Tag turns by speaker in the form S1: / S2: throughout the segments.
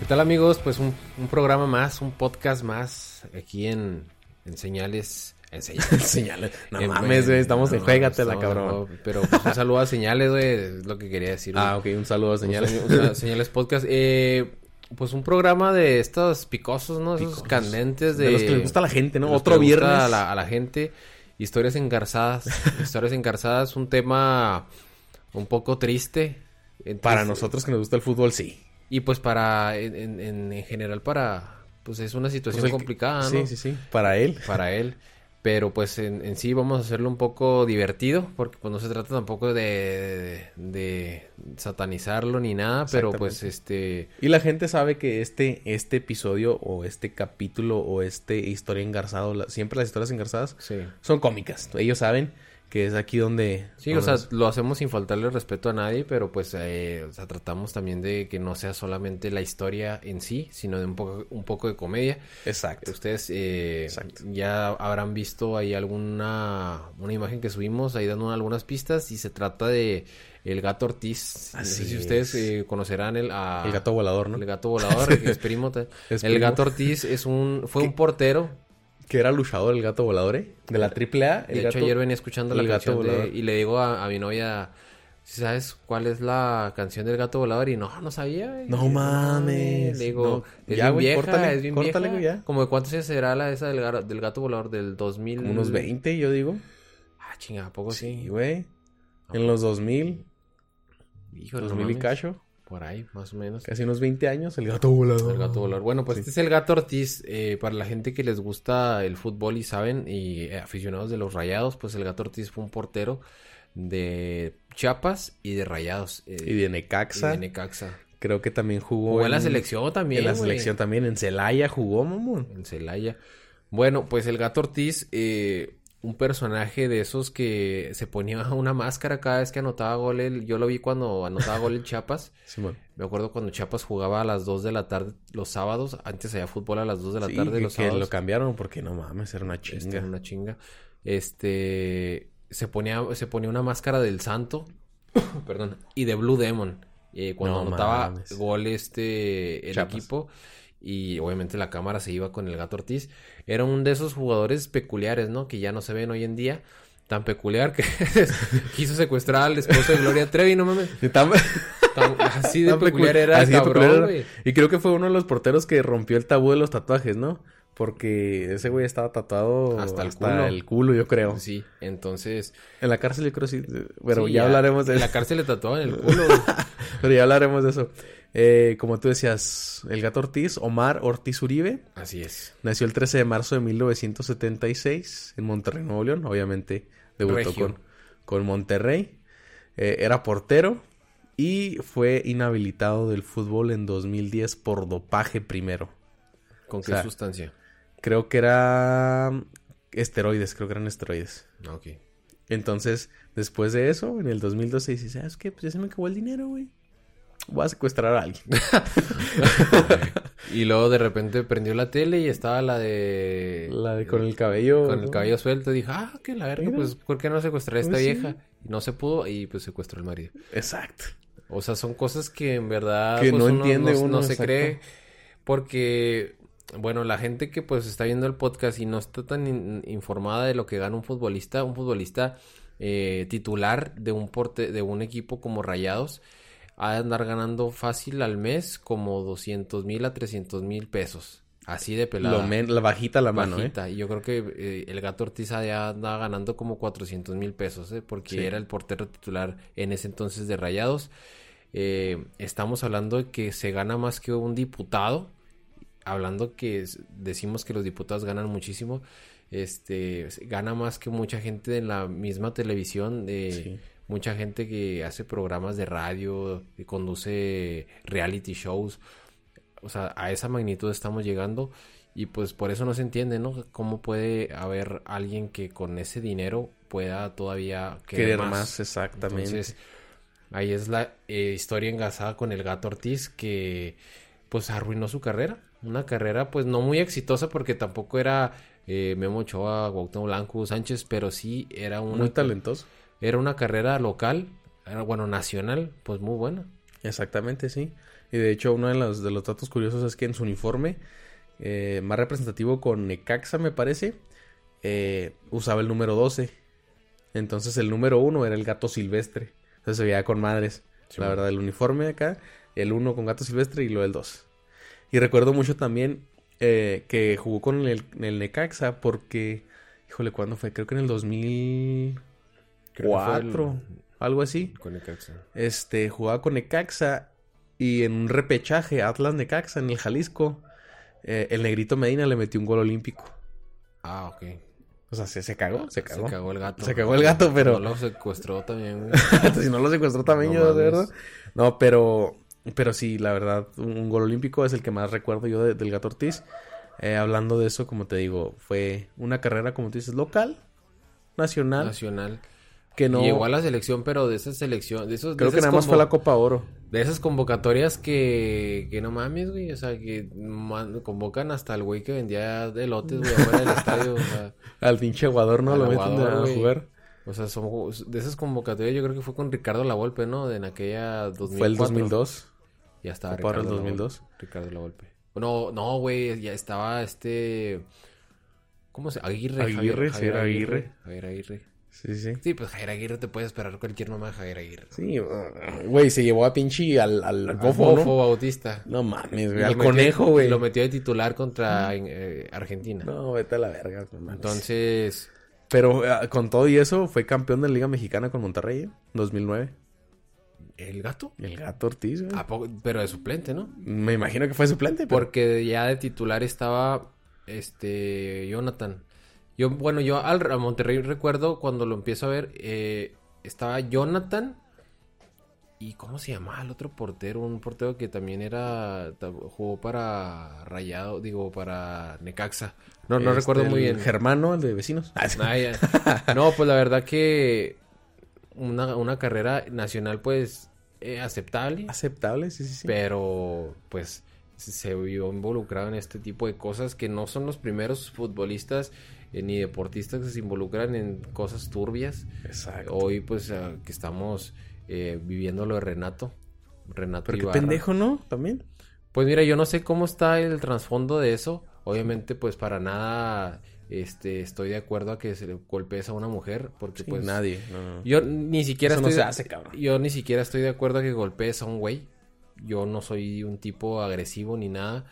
S1: ¿Qué tal amigos? Pues un, un programa más, un podcast más aquí en, en Señales. En Señales.
S2: Señales. No
S1: en-
S2: mames, güey. Estamos
S1: no,
S2: en Juégatela,
S1: no,
S2: cabrón.
S1: no, pero pues, un saludo a Señales, güey. Es lo que quería decir. güey.
S2: Ah, ok. Un saludo a señales.
S1: Un saludo a Señales Podcast. Eh, pues un programa de estos picosos, ¿no? Esos
S2: Picosos.
S1: candentes de...
S2: De los que le gusta a la gente, ¿no?
S1: de los
S2: Otro
S1: que le gusta
S2: viernes.
S1: A la, a la gente. Historias engarzadas. historias engarzadas. Un tema un poco triste. Entonces,
S2: Para nosotros que nos gusta el fútbol, sí.
S1: Y pues para, en, en- en- en general para, pues es una situación
S2: Pues el-
S1: complicada, ¿no?
S2: Sí, sí, sí. Para él.
S1: Para él. Pero pues en, en sí vamos a hacerlo un poco divertido, porque pues no se trata tampoco de, de satanizarlo ni nada, pero pues este...
S2: Y la gente sabe que este, este episodio o este capítulo o este historia engarzado, la- siempre las historias engarzadas
S1: Sí.
S2: son cómicas. Ellos saben que es aquí donde...
S1: Sí, o sea, lo hacemos sin faltarle respeto a nadie, pero pues eh, o sea, tratamos también de que no sea solamente la historia en sí, sino de un poco, un poco de comedia.
S2: Exacto.
S1: Ustedes eh,
S2: Exacto.
S1: ya habrán visto ahí alguna una imagen que subimos ahí dando algunas pistas y se trata de el gato Ortiz. No sé
S2: Así
S1: si ustedes
S2: es.
S1: eh, conocerán el, a-
S2: El gato volador, ¿no?
S1: el gato volador, el ex primo, te-
S2: Ex
S1: El
S2: primo.
S1: gato Ortiz es un fue un portero.
S2: Que era luchador el gato volador, ¿eh? De la AAA. El
S1: De hecho
S2: gato...
S1: ayer venía escuchando la
S2: el gato
S1: canción de-
S2: volador.
S1: y le digo a, a mi novia si sabes cuál es la canción del gato volador y no no sabía. güey.
S2: No mames.
S1: Le digo,
S2: No.
S1: es
S2: Ya,
S1: bien
S2: güey,
S1: vieja,
S2: córtale,
S1: es bien
S2: córtale,
S1: vieja.
S2: güey, ya.
S1: Como de cuántos años será la esa del, gar- del gato volador del 2000
S2: Como unos 20, yo digo.
S1: Ah, chinga, ¿a poco
S2: Sí,
S1: sí?
S2: güey. En los 2000,
S1: Hijo, no
S2: 2000 y
S1: mames.
S2: cacho.
S1: Por ahí, más o menos.
S2: Casi unos 20 años, el gato volador.
S1: El gato volador. Bueno, pues
S2: Sí.
S1: este es el gato Ortiz. eh, para la gente que les gusta el fútbol y saben, y eh, aficionados de los rayados, pues el gato Ortiz fue un portero de Chiapas y de rayados. eh,
S2: Y de Necaxa.
S1: y de Necaxa.
S2: Creo que también jugó.
S1: Jugó en la selección también.
S2: en la
S1: güey.
S2: selección también. En Celaya jugó, mamón.
S1: En Celaya. Bueno, pues el gato Ortiz, eh, un personaje de esos que se ponía una máscara cada vez que anotaba gol. él- Yo lo vi cuando anotaba gol el Chiapas.
S2: Simón.
S1: Me acuerdo cuando Chiapas jugaba a las 2 de la tarde los sábados. Antes había fútbol a las 2 de la
S2: Sí,
S1: tarde
S2: que,
S1: los
S2: que
S1: sábados.
S2: lo cambiaron porque no mames, era una
S1: Este,
S2: chinga.
S1: era una chinga. Este se ponía se ponía una máscara del Santo, perdón, y de Blue Demon. eh, cuando
S2: No
S1: anotaba
S2: mames.
S1: gol este el
S2: Chiapas.
S1: equipo y obviamente la cámara se iba con el Gato Ortiz. Era un de esos jugadores peculiares, ¿no? Que ya no se ven hoy en día. Tan peculiar que quiso secuestrar al esposo de Gloria Trevi, no mames.
S2: Y tan-
S1: Tan- así de
S2: tan
S1: peculiar
S2: pecu-
S1: era el
S2: así de
S1: cabrón,
S2: peculiar era.
S1: güey.
S2: Y creo que fue uno de los porteros que rompió el tabú de los tatuajes, ¿no? Porque ese güey estaba tatuado
S1: Hasta el culo.
S2: el culo, yo creo.
S1: Sí, entonces.
S2: En la cárcel yo creo sí, pero
S1: sí,
S2: ya, hablaremos de
S1: En la cárcel le tatuaban el culo, güey.
S2: Pero ya hablaremos de eso. Eh, como tú decías, el gato Ortiz, Omar Ortiz Uribe,
S1: Así es.
S2: nació el 13 de marzo de 1976 en Monterrey, Nuevo León. Obviamente debutó
S1: Regio.
S2: con, con Monterrey. Eh, era portero y fue inhabilitado del fútbol en 2010 por dopaje primero.
S1: ¿Con qué
S2: sea,
S1: sustancia?
S2: Creo que era mm, esteroides, creo que eran esteroides.
S1: Ah, Ok.
S2: Entonces, después de eso, en el 2012 dice, ¿sabes qué? Pues ya se me acabó el dinero, güey. Voy a secuestrar a alguien.
S1: Y luego de repente prendió la tele y estaba la de.
S2: La de con el cabello.
S1: Eh, con el
S2: ¿no?
S1: cabello suelto. Dijo, ah, que la verga,
S2: Mira.
S1: pues, ¿por qué no secuestré a esta
S2: Pues sí.
S1: vieja? Y no se pudo y pues secuestró al marido.
S2: Exacto.
S1: O sea, son cosas que en verdad.
S2: Que
S1: pues,
S2: no entiende
S1: no-
S2: uno,
S1: No se
S2: exacto.
S1: cree. Porque, bueno, la gente que pues está viendo el podcast y no está tan in- informada de lo que gana un futbolista, un futbolista eh, titular de un porte, de un equipo como Rayados, ha de andar ganando fácil al mes como 200 mil a 300 mil pesos. Así de pelada.
S2: Lo men- la bajita la mano, ¿eh?
S1: Bajita. Y yo creo que eh, el gato Ortiz ya andaba ganando como 400 mil pesos, ¿eh? porque
S2: Sí.
S1: era el portero titular en ese entonces de Rayados. Eh, estamos hablando de que se gana más que un diputado. Hablando que es- decimos que los diputados ganan muchísimo. Este se gana más que mucha gente en la misma televisión. eh,
S2: Sí.
S1: Mucha gente que hace programas de radio, que conduce reality shows. O sea, a esa magnitud estamos llegando y pues por eso no se entiende, ¿no? ¿Cómo puede haber alguien que con ese dinero pueda todavía querer,
S2: Querer más,
S1: más?
S2: exactamente.
S1: Entonces, ahí es la eh, historia engasada con el gato Ortiz que pues arruinó su carrera. Una carrera pues no muy exitosa porque tampoco era eh, Memo Ochoa, Cuauhtémoc Blanco, Sánchez, pero sí era una...
S2: Muy talentoso.
S1: Era una carrera local, era, bueno, nacional, pues muy buena.
S2: Exactamente, sí. Y de hecho uno de los, de los datos curiosos es que en su uniforme eh, más representativo con Necaxa me parece, eh, usaba el número 12. Entonces el número 1 era el gato silvestre. Entonces se veía con madres.
S1: Sí,
S2: la
S1: bueno.
S2: verdad, el uniforme acá, el 1 con gato silvestre y lo del 2. Y recuerdo mucho también eh, que jugó con el, el Necaxa porque, híjole, ¿cuándo fue? Creo que en el 2004,
S1: Creo que fue el-
S2: algo así.
S1: Con Necaxa.
S2: Este, jugaba con Necaxa y en un repechaje Atlas Necaxa en el Jalisco, eh, el negrito Medina le metió un gol olímpico.
S1: Ah, ok.
S2: O sea, se, se cagó, se cagó.
S1: Se cagó el gato.
S2: Se cagó el gato, pero-
S1: No lo secuestró también. güey.
S2: si no lo secuestró también
S1: No
S2: yo, de
S1: mames.
S2: verdad. No, pero, pero sí, la verdad, un, un gol olímpico es el que más recuerdo yo de- del Gato Ortiz. Eh, hablando de eso, como te digo, fue una carrera, como tú dices, local, nacional,
S1: Nacional.
S2: que no...
S1: Llegó a la selección, pero de esa selección, de esos... de
S2: creo que
S1: esas
S2: nada más fue
S1: convo-
S2: la Copa Oro.
S1: De esas convocatorias que, que no mames, güey. O sea, que man- convocan hasta al güey que vendía elotes, güey, afuera del estadio. O sea,
S2: Al pinche Aguador no
S1: Al
S2: lo
S1: Aguador,
S2: meten de- a
S1: güey.
S2: jugar.
S1: o sea, son ju- de esas convocatorias yo creo que fue con Ricardo Lavolpe, ¿no? De en aquella 2004.
S2: Fue el 2002.
S1: Ya estaba
S2: Copa Oro
S1: Ricardo
S2: del 2002.
S1: Lavolpe. Ricardo Lavolpe. No, no, güey, ya estaba este... ¿Cómo se Aguirre.
S2: Aguirre, sí, era Aguirre.
S1: Javier Aguirre.
S2: Sí, sí.
S1: Sí, pues Javier Aguirre te puede esperar cualquier nombre de Javier Aguirre.
S2: Sí, güey, se llevó a pinche al, al, al
S1: Al
S2: Bofo, ¿no?
S1: Bofo Bautista.
S2: No mames,
S1: Y
S2: güey,
S1: lo
S2: al
S1: metió-
S2: conejo,
S1: y
S2: güey.
S1: Lo metió de titular contra eh, Argentina.
S2: No, pues. vete a la verga. no mames.
S1: Entonces,
S2: Pero eh, con todo y eso, fue campeón de la Liga Mexicana con Monterrey, ¿eh? 2009.
S1: ¿el gato?
S2: El gato Ortiz, güey.
S1: ¿A poco? Pero de suplente, ¿no?
S2: Me imagino que fue suplente. pero-
S1: Porque ya de titular estaba este Jonathan. Yo, bueno, yo al a Monterrey recuerdo cuando lo empiezo a ver, eh, estaba Jonathan. ¿Y cómo se llamaba el otro portero? Un portero que también era. ta- jugó para Rayado, digo, para Necaxa. No, no
S2: Este,
S1: recuerdo muy
S2: el
S1: bien.
S2: Germano, el de vecinos. Ah, sí.
S1: Ah, ya. No, pues la verdad que una, una carrera nacional, pues, eh, aceptable,
S2: Aceptable, sí, sí, sí.
S1: pero pues se- se vio involucrado en este tipo de cosas que no son los primeros futbolistas eh, ni deportistas que se involucran en cosas turbias.
S2: Exacto.
S1: Hoy, pues, ah, que estamos eh, viviendo lo de Renato. Renato
S2: Pero qué
S1: Ibarra.
S2: pendejo, ¿no? También.
S1: Pues mira, yo no sé cómo está el trasfondo de eso. Obviamente, pues para nada este, estoy de acuerdo a que se le golpees a una mujer, porque
S2: Sí,
S1: pues
S2: nadie. no, no.
S1: Yo ni siquiera
S2: Eso no
S1: estoy
S2: se
S1: de-
S2: hace, cabrón.
S1: yo ni siquiera estoy de acuerdo a que golpees a un güey. Yo no soy un tipo agresivo ni nada,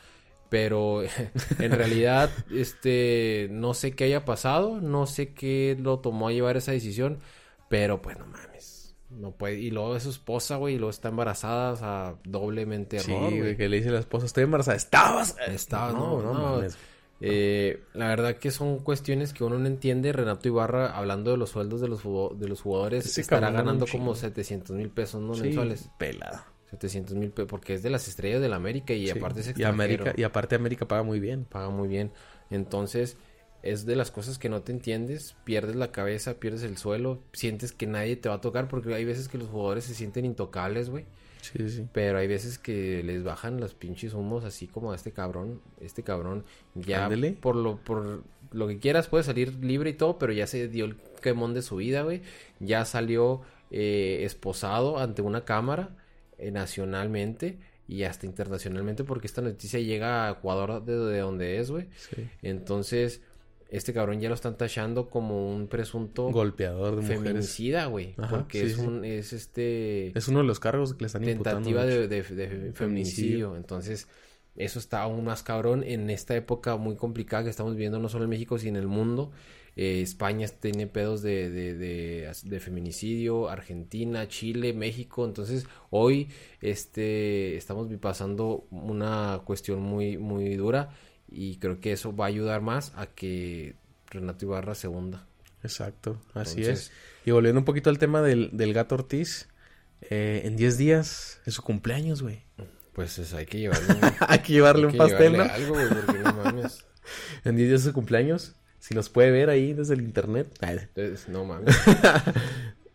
S1: pero en realidad este no sé qué haya pasado, no sé qué lo tomó a llevar esa decisión, pero pues no mames. No puede y luego es su esposa, güey, y luego está embarazada, o sea, doblemente
S2: Sí,
S1: error, güey.
S2: güey, que le dice a la esposa, estoy embarazada. ¡Estabas!
S1: Estabas,
S2: No,
S1: no,
S2: no,
S1: no.
S2: mames.
S1: Eh, la verdad que son cuestiones que uno no entiende. Renato Ibarra, hablando de los sueldos de los, jugo- de los jugadores,
S2: Ese
S1: estará
S2: cabrón
S1: ganando
S2: un chingo.
S1: como 700 mil pesos ¿no?
S2: Sí,
S1: mensuales.
S2: pelada.
S1: 700 mil pesos, porque es de las estrellas del América y
S2: Sí.
S1: aparte es
S2: y
S1: extranjero.
S2: América, y aparte América paga muy bien.
S1: Paga muy bien. Entonces, es de las cosas que no te entiendes. Pierdes la cabeza, pierdes el suelo, sientes que nadie te va a tocar, porque hay veces que los jugadores se sienten intocables, güey.
S2: Sí, sí, sí.
S1: Pero hay veces que les bajan los pinches humos así como a este cabrón, este cabrón ya
S2: Ándele.
S1: por lo por lo que quieras puede salir libre y todo, pero ya se dio el quemón de su vida, güey. Ya salió eh, esposado ante una cámara eh, nacionalmente y hasta internacionalmente porque esta noticia llega a Ecuador de, de donde es, güey.
S2: sí.
S1: Entonces, este cabrón ya lo están tachando como un presunto
S2: Golpeador de mujeres.
S1: feminicida, güey,
S2: Ajá,
S1: porque
S2: sí,
S1: es
S2: sí.
S1: un es este
S2: Es uno de los cargos que le están imputando.
S1: tentativa
S2: de hecho.
S1: de, de- de fe- feminicidio. Entonces, eso está aún más cabrón en esta época muy complicada que estamos viviendo no solo en México, sino en el mundo. Eh, España tiene pedos de, de- de- de feminicidio, Argentina, Chile, México. Entonces, hoy este, estamos vi- pasando una cuestión muy, muy dura y creo que eso va a ayudar más a que Renato Ibarra se hunda.
S2: Exacto, así
S1: Entonces-
S2: es. Y volviendo un poquito al tema del, del gato Ortiz, eh, en 10 días es su cumpleaños, güey.
S1: Pues eso, hay que llevarle un,
S2: Hay que llevarle
S1: hay
S2: un
S1: que
S2: pastel, ¿no?
S1: llevarle algo, güey, porque no mames.
S2: En 10 días es su cumpleaños. Si nos puede ver ahí desde el internet. Ay,
S1: Entonces, no mames.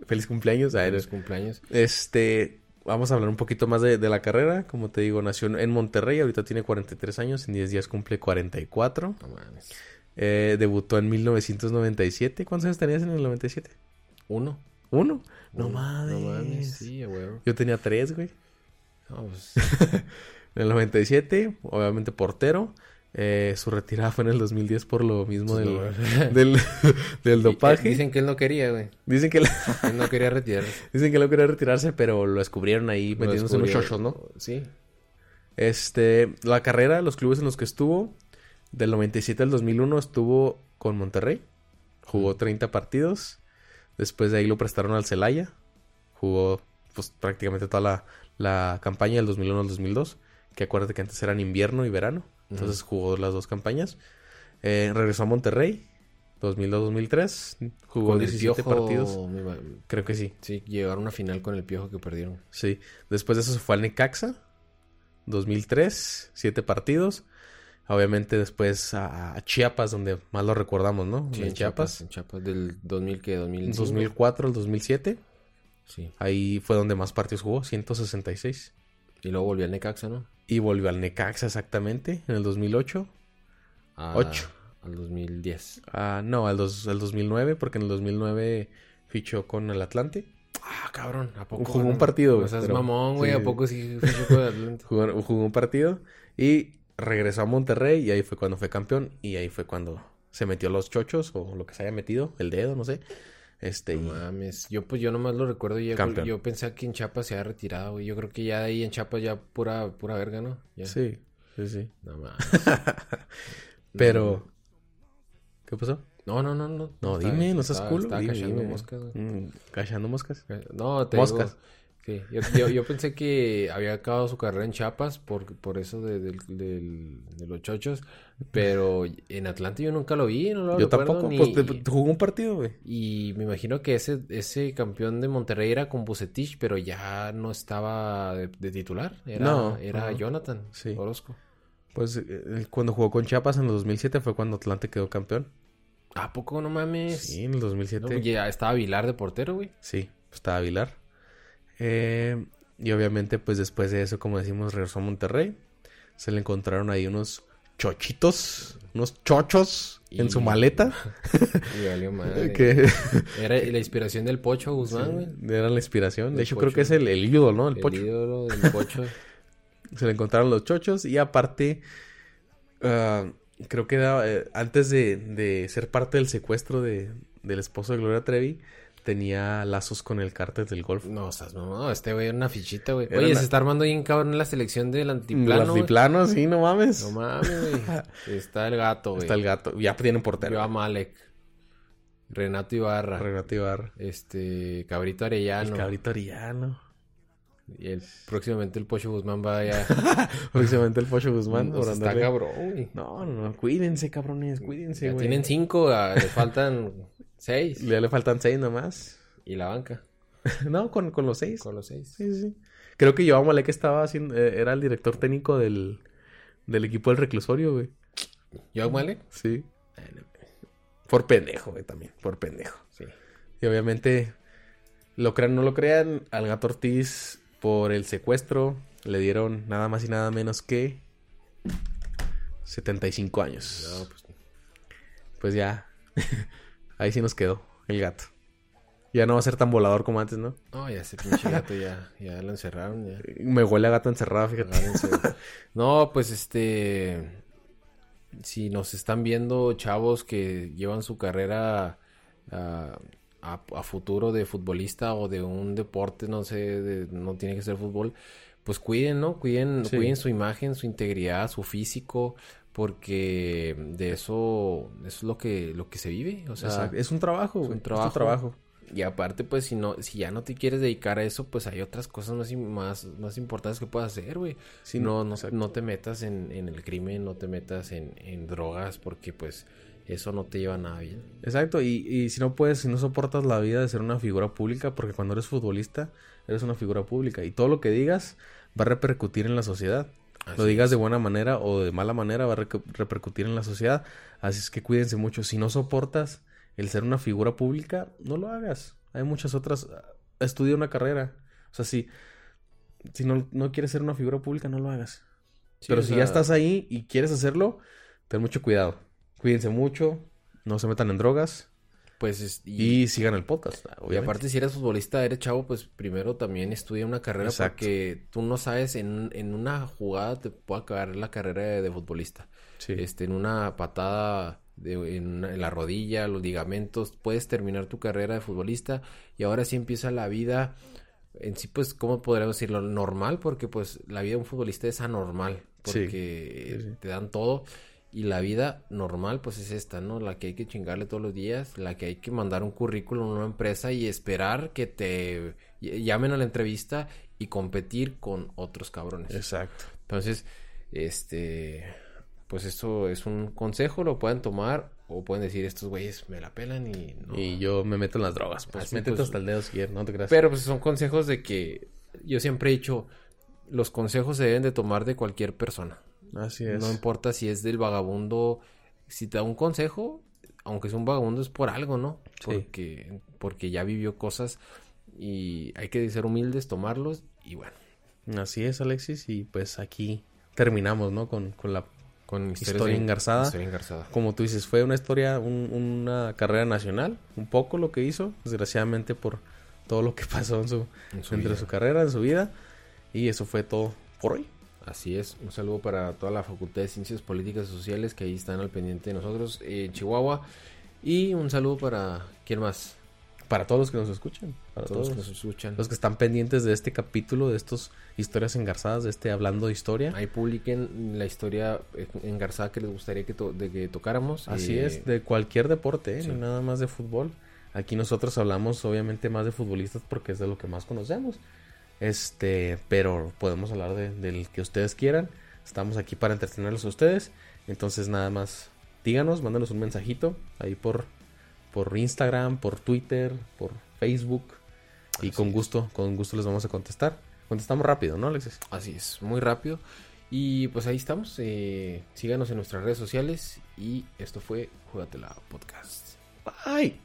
S2: feliz cumpleaños. Ay,
S1: los cumpleaños.
S2: Este, vamos a hablar un poquito más de, de la carrera. Como te digo, nació en Monterrey, ahorita tiene 43 años, en 10 días cumple 44.
S1: No mames.
S2: Eh, debutó en 1997. ¿Cuántos años tenías en el 97?
S1: Uno.
S2: ¿Uno? No
S1: Uno.
S2: mames.
S1: No mames, sí, a huevo.
S2: Yo tenía tres, güey.
S1: No, pues,
S2: En el 97, obviamente portero. Eh, su retirada fue en el 2010 por lo mismo
S1: Sí,
S2: del,
S1: güey.
S2: del, del dopaje.
S1: Dicen que él no quería, güey.
S2: Dicen que la-
S1: Él no quería retirarse.
S2: Dicen que no quería retirarse, pero lo descubrieron ahí
S1: Lo
S2: metiéndose en unos
S1: descubrió.
S2: chochos, ¿no?
S1: Sí.
S2: Este, la carrera, los clubes en los que estuvo, del 97 al 2001 estuvo con Monterrey, jugó 30 partidos, después de ahí lo prestaron al Celaya, jugó pues prácticamente toda la, la campaña del 2001 al 2002, que acuérdate que antes eran invierno y verano, entonces jugó las dos campañas, Eh, regresó a Monterrey, 2002-2003, jugó
S1: Con el
S2: 17
S1: Piojo,
S2: partidos,
S1: me va-
S2: creo que sí.
S1: Sí, llegaron a una final con el piojo que perdieron.
S2: Sí, después de eso se fue al Necaxa, 2003, siete partidos. Obviamente después a, a Chiapas, donde más lo recordamos, ¿no?
S1: Sí,
S2: en Chiapas.
S1: En Chiapas del 2000 que 2000.
S2: 2004 al 2007,
S1: Sí.
S2: ahí fue donde más partidos jugó, 166.
S1: Y luego volvió al Necaxa, ¿no?
S2: Y volvió al Necaxa exactamente, en el 2008.
S1: A-
S2: Ocho.
S1: Al 2010.
S2: Ah, no, al, dos- al 2009, porque en el 2009 fichó con el Atlante.
S1: Ah, cabrón, ¿a
S2: poco?
S1: Jugó un
S2: No,
S1: partido,
S2: no
S1: güey.
S2: seas
S1: pero-
S2: mamón, güey,
S1: sí.
S2: ¿a poco Jugó, jugó un partido y regresó a Monterrey y ahí fue cuando fue campeón y ahí fue cuando se metió los chochos o lo que se haya metido, el dedo, no sé. Este,
S1: No
S2: y-
S1: mames, yo pues yo nomás lo recuerdo y ya-
S2: Campeón.
S1: yo pensaba que en Chiapas se había retirado, güey. Yo creo que ya de ahí en Chiapas ya pura pura verga, ¿no? Ya.
S2: sí, sí, sí.
S1: No mames.
S2: Pero, ¿qué pasó?
S1: No, no, no, no.
S2: No,
S1: Está-
S2: dime, no seas
S1: está-
S2: culo.
S1: está
S2: dime,
S1: cachando
S2: dime.
S1: moscas, güey. Eh,
S2: Mm, cachando moscas.
S1: No, te
S2: Moscas.
S1: digo, sí, yo, yo- yo pensé que había acabado su carrera en Chiapas por, por eso de, del- del- de los chochos, pero en Atlanta yo nunca lo vi, no lo
S2: Yo
S1: recuerdo,
S2: tampoco,
S1: ni-
S2: pues te- te jugó un partido, güey.
S1: Y me imagino que ese, ese campeón de Monterrey era con Bucetich, pero ya no estaba de, de titular. Era,
S2: No,
S1: era
S2: ajá.
S1: Jonathan
S2: Sí.
S1: Orozco.
S2: Pues eh, cuando jugó con Chiapas en el 2007 fue cuando Atlante quedó campeón.
S1: ¿A poco no mames?
S2: Sí, en el
S1: No, pues,
S2: 2007.
S1: ya estaba Vilar de portero, güey.
S2: Sí, pues, estaba Vilar. Eh, y obviamente, pues después de eso, como decimos, regresó a Monterrey. Se le encontraron ahí unos chochitos, unos chochos en su
S1: Y-
S2: maleta. eh,
S1: Y valió madre.
S2: Que
S1: Era la inspiración del Pocho Guzmán, pues, güey.
S2: era la inspiración.
S1: El
S2: De hecho, creo
S1: pocho.
S2: que es el, el ídolo, ¿no? El,
S1: El
S2: pocho.
S1: ídolo del Pocho.
S2: Se le encontraron los chochos. Y aparte, ah, creo que era, eh, antes de, de ser parte del secuestro de, del esposo de Gloria Trevi, tenía lazos con el cártel del Golfo.
S1: No, estás mamado. Este güey era una fichita, güey.
S2: Era
S1: Oye,
S2: una-
S1: se está armando bien cabrón la selección del antiplano.
S2: Las
S1: güey.
S2: Diplano, sí, no mames.
S1: No mames, güey. Está el gato, güey.
S2: Está el gato. Ya tienen
S1: Yo
S2: portero.
S1: a Malek. Renato Ibarra.
S2: Renato Ibarra.
S1: Este. Cabrito
S2: El
S1: Arellano.
S2: Pues cabrito orillano.
S1: Y el, próximamente el Pocho Guzmán va allá.
S2: Próximamente el Pocho Guzmán.
S1: O
S2: por
S1: sea, pues está
S2: andarle-
S1: cabrón, güey.
S2: No, no, no. Cuídense, cabrones. Cuídense,
S1: Ya
S2: güey.
S1: tienen cinco, a- les faltan seis.
S2: Ya le faltan seis nomás.
S1: Y la banca,
S2: no, con, con los seis.
S1: con los seis.
S2: Sí, sí. Creo que Joao Malek estaba haciendo... eh, era el director técnico del, del equipo del reclusorio, güey.
S1: ¿Yo Malek?
S2: Sí. Por pendejo, güey, también. Por pendejo.
S1: Sí.
S2: Y obviamente, lo crean o no lo crean, al gato Ortiz por el secuestro le dieron nada más y nada menos que 75
S1: No,
S2: años.
S1: pues.
S2: Pues ya, ahí sí nos quedó el gato. Ya no va a ser tan volador como antes, ¿no?
S1: No, ya ese pinche gato ya, ya lo encerraron, ya.
S2: Me huele a gato encerrado, fíjate.
S1: Agárrense. No, pues este. Si nos están viendo chavos que llevan su carrera ah, a, a futuro de futbolista o de un deporte, no sé, de- no tiene que ser fútbol, pues cuiden, ¿no? Cuiden,
S2: Sí.
S1: cuiden su imagen, su integridad, su físico, porque de eso, eso es lo que, lo que se vive. O
S2: O
S1: sea,
S2: sea, es un trabajo,
S1: es
S2: güey,
S1: un
S2: es
S1: trabajo.
S2: tu trabajo.
S1: y aparte, pues, si no, si ya no te quieres dedicar a eso, pues hay otras cosas más, im- más, más importantes que puedas hacer, güey.
S2: Sí,
S1: no, no,
S2: exacto.
S1: no te metas en, en el crimen, no te metas en, en drogas, porque pues eso no te lleva a nada bien.
S2: Exacto, y, y si no puedes, si no soportas la vida de ser una figura pública, porque cuando eres futbolista, eres una figura pública y todo lo que digas va a repercutir en la sociedad.
S1: Así
S2: lo digas de buena manera o de mala manera, va a recu- repercutir en la sociedad. Así es que cuídense mucho. Si no soportas el ser una figura ah, pública, no lo hagas. Hay muchas otras. Estudia una carrera. O sea, si si no, no quieres ser una figura pública, no lo hagas.
S1: Sí,
S2: Pero
S1: o
S2: si
S1: sea,
S2: ya estás ahí y quieres hacerlo, ten mucho cuidado. Cuídense mucho, no se metan en drogas
S1: Pues es- y,
S2: y, sigan el podcast. ah,
S1: y
S2: obviamente.
S1: aparte, si eres futbolista, eres chavo, pues primero también estudia una carrera
S2: Exacto.
S1: porque tú no sabes, en, en una jugada te puede acabar la carrera de, de futbolista.
S2: Sí.
S1: Este, en una patada de- en, una- en la rodilla, los ligamentos, puedes terminar tu carrera de futbolista y ahora sí empieza la vida en sí, pues, ¿cómo podríamos decirlo? Normal, porque pues la vida de un futbolista es anormal,
S2: Sí.
S1: porque
S2: Sí, sí.
S1: te dan todo y la vida normal pues es esta, ¿no? La que hay que chingarle todos los días, la que hay que mandar un currículum a una empresa y esperar que te ll- llamen a la entrevista y competir con otros cabrones.
S2: Exacto.
S1: Entonces, este, pues esto es un consejo, lo pueden tomar o pueden decir estos güeyes me la pelan y no.
S2: Y yo me meto en las drogas. Pues
S1: Así,
S2: métete
S1: pues,
S2: hasta el dedo si quieres, no te creas.
S1: Pero pues son consejos de que yo siempre he dicho, los consejos se deben de tomar de cualquier persona.
S2: Así es.
S1: No importa si es del vagabundo, si te da un consejo, aunque es un vagabundo es por algo, ¿no?
S2: Sí.
S1: Porque, porque ya vivió cosas y hay que ser humildes, tomarlos y bueno,
S2: Así es, Alexis. Y pues aquí terminamos, ¿no? Con, con la.
S1: con historias
S2: Historia
S1: de-
S2: engarzada.
S1: historia engarzada.
S2: Como tú dices, fue una historia, un- una carrera nacional. Un poco lo que hizo, desgraciadamente, por todo lo que pasó en su,
S1: en su
S2: entre
S1: vida.
S2: su carrera, en su vida. Y eso fue todo por hoy.
S1: Así es, un saludo para toda la Facultad de Ciencias Políticas y Sociales que ahí están al pendiente de nosotros eh, en Chihuahua. Y un saludo para, ¿quién más?
S2: Para todos los que nos escuchan. Para
S1: todos
S2: todos,
S1: los que nos escuchan.
S2: los que están pendientes de este capítulo, de estas historias engarzadas, de este hablando de historia.
S1: Ahí publiquen la historia eh, engarzada que les gustaría que, to- de que tocáramos.
S2: Así
S1: eh,
S2: es, de cualquier deporte, ¿eh?
S1: sí.
S2: no nada más de fútbol. Aquí nosotros hablamos obviamente más de futbolistas porque es de lo que más conocemos. Este, pero podemos hablar de- del que ustedes quieran. Estamos aquí para entretenerlos a ustedes. Entonces nada más díganos, mándanos un mensajito ahí por, por Instagram, por Twitter, por Facebook. Y
S1: Así
S2: con
S1: es.
S2: gusto, con gusto les vamos a contestar. Contestamos rápido, ¿no, Alexis?
S1: Así es, muy rápido. Y pues ahí estamos. eh, síganos en nuestras redes sociales. Y esto fue Jugatela Podcast.
S2: Bye.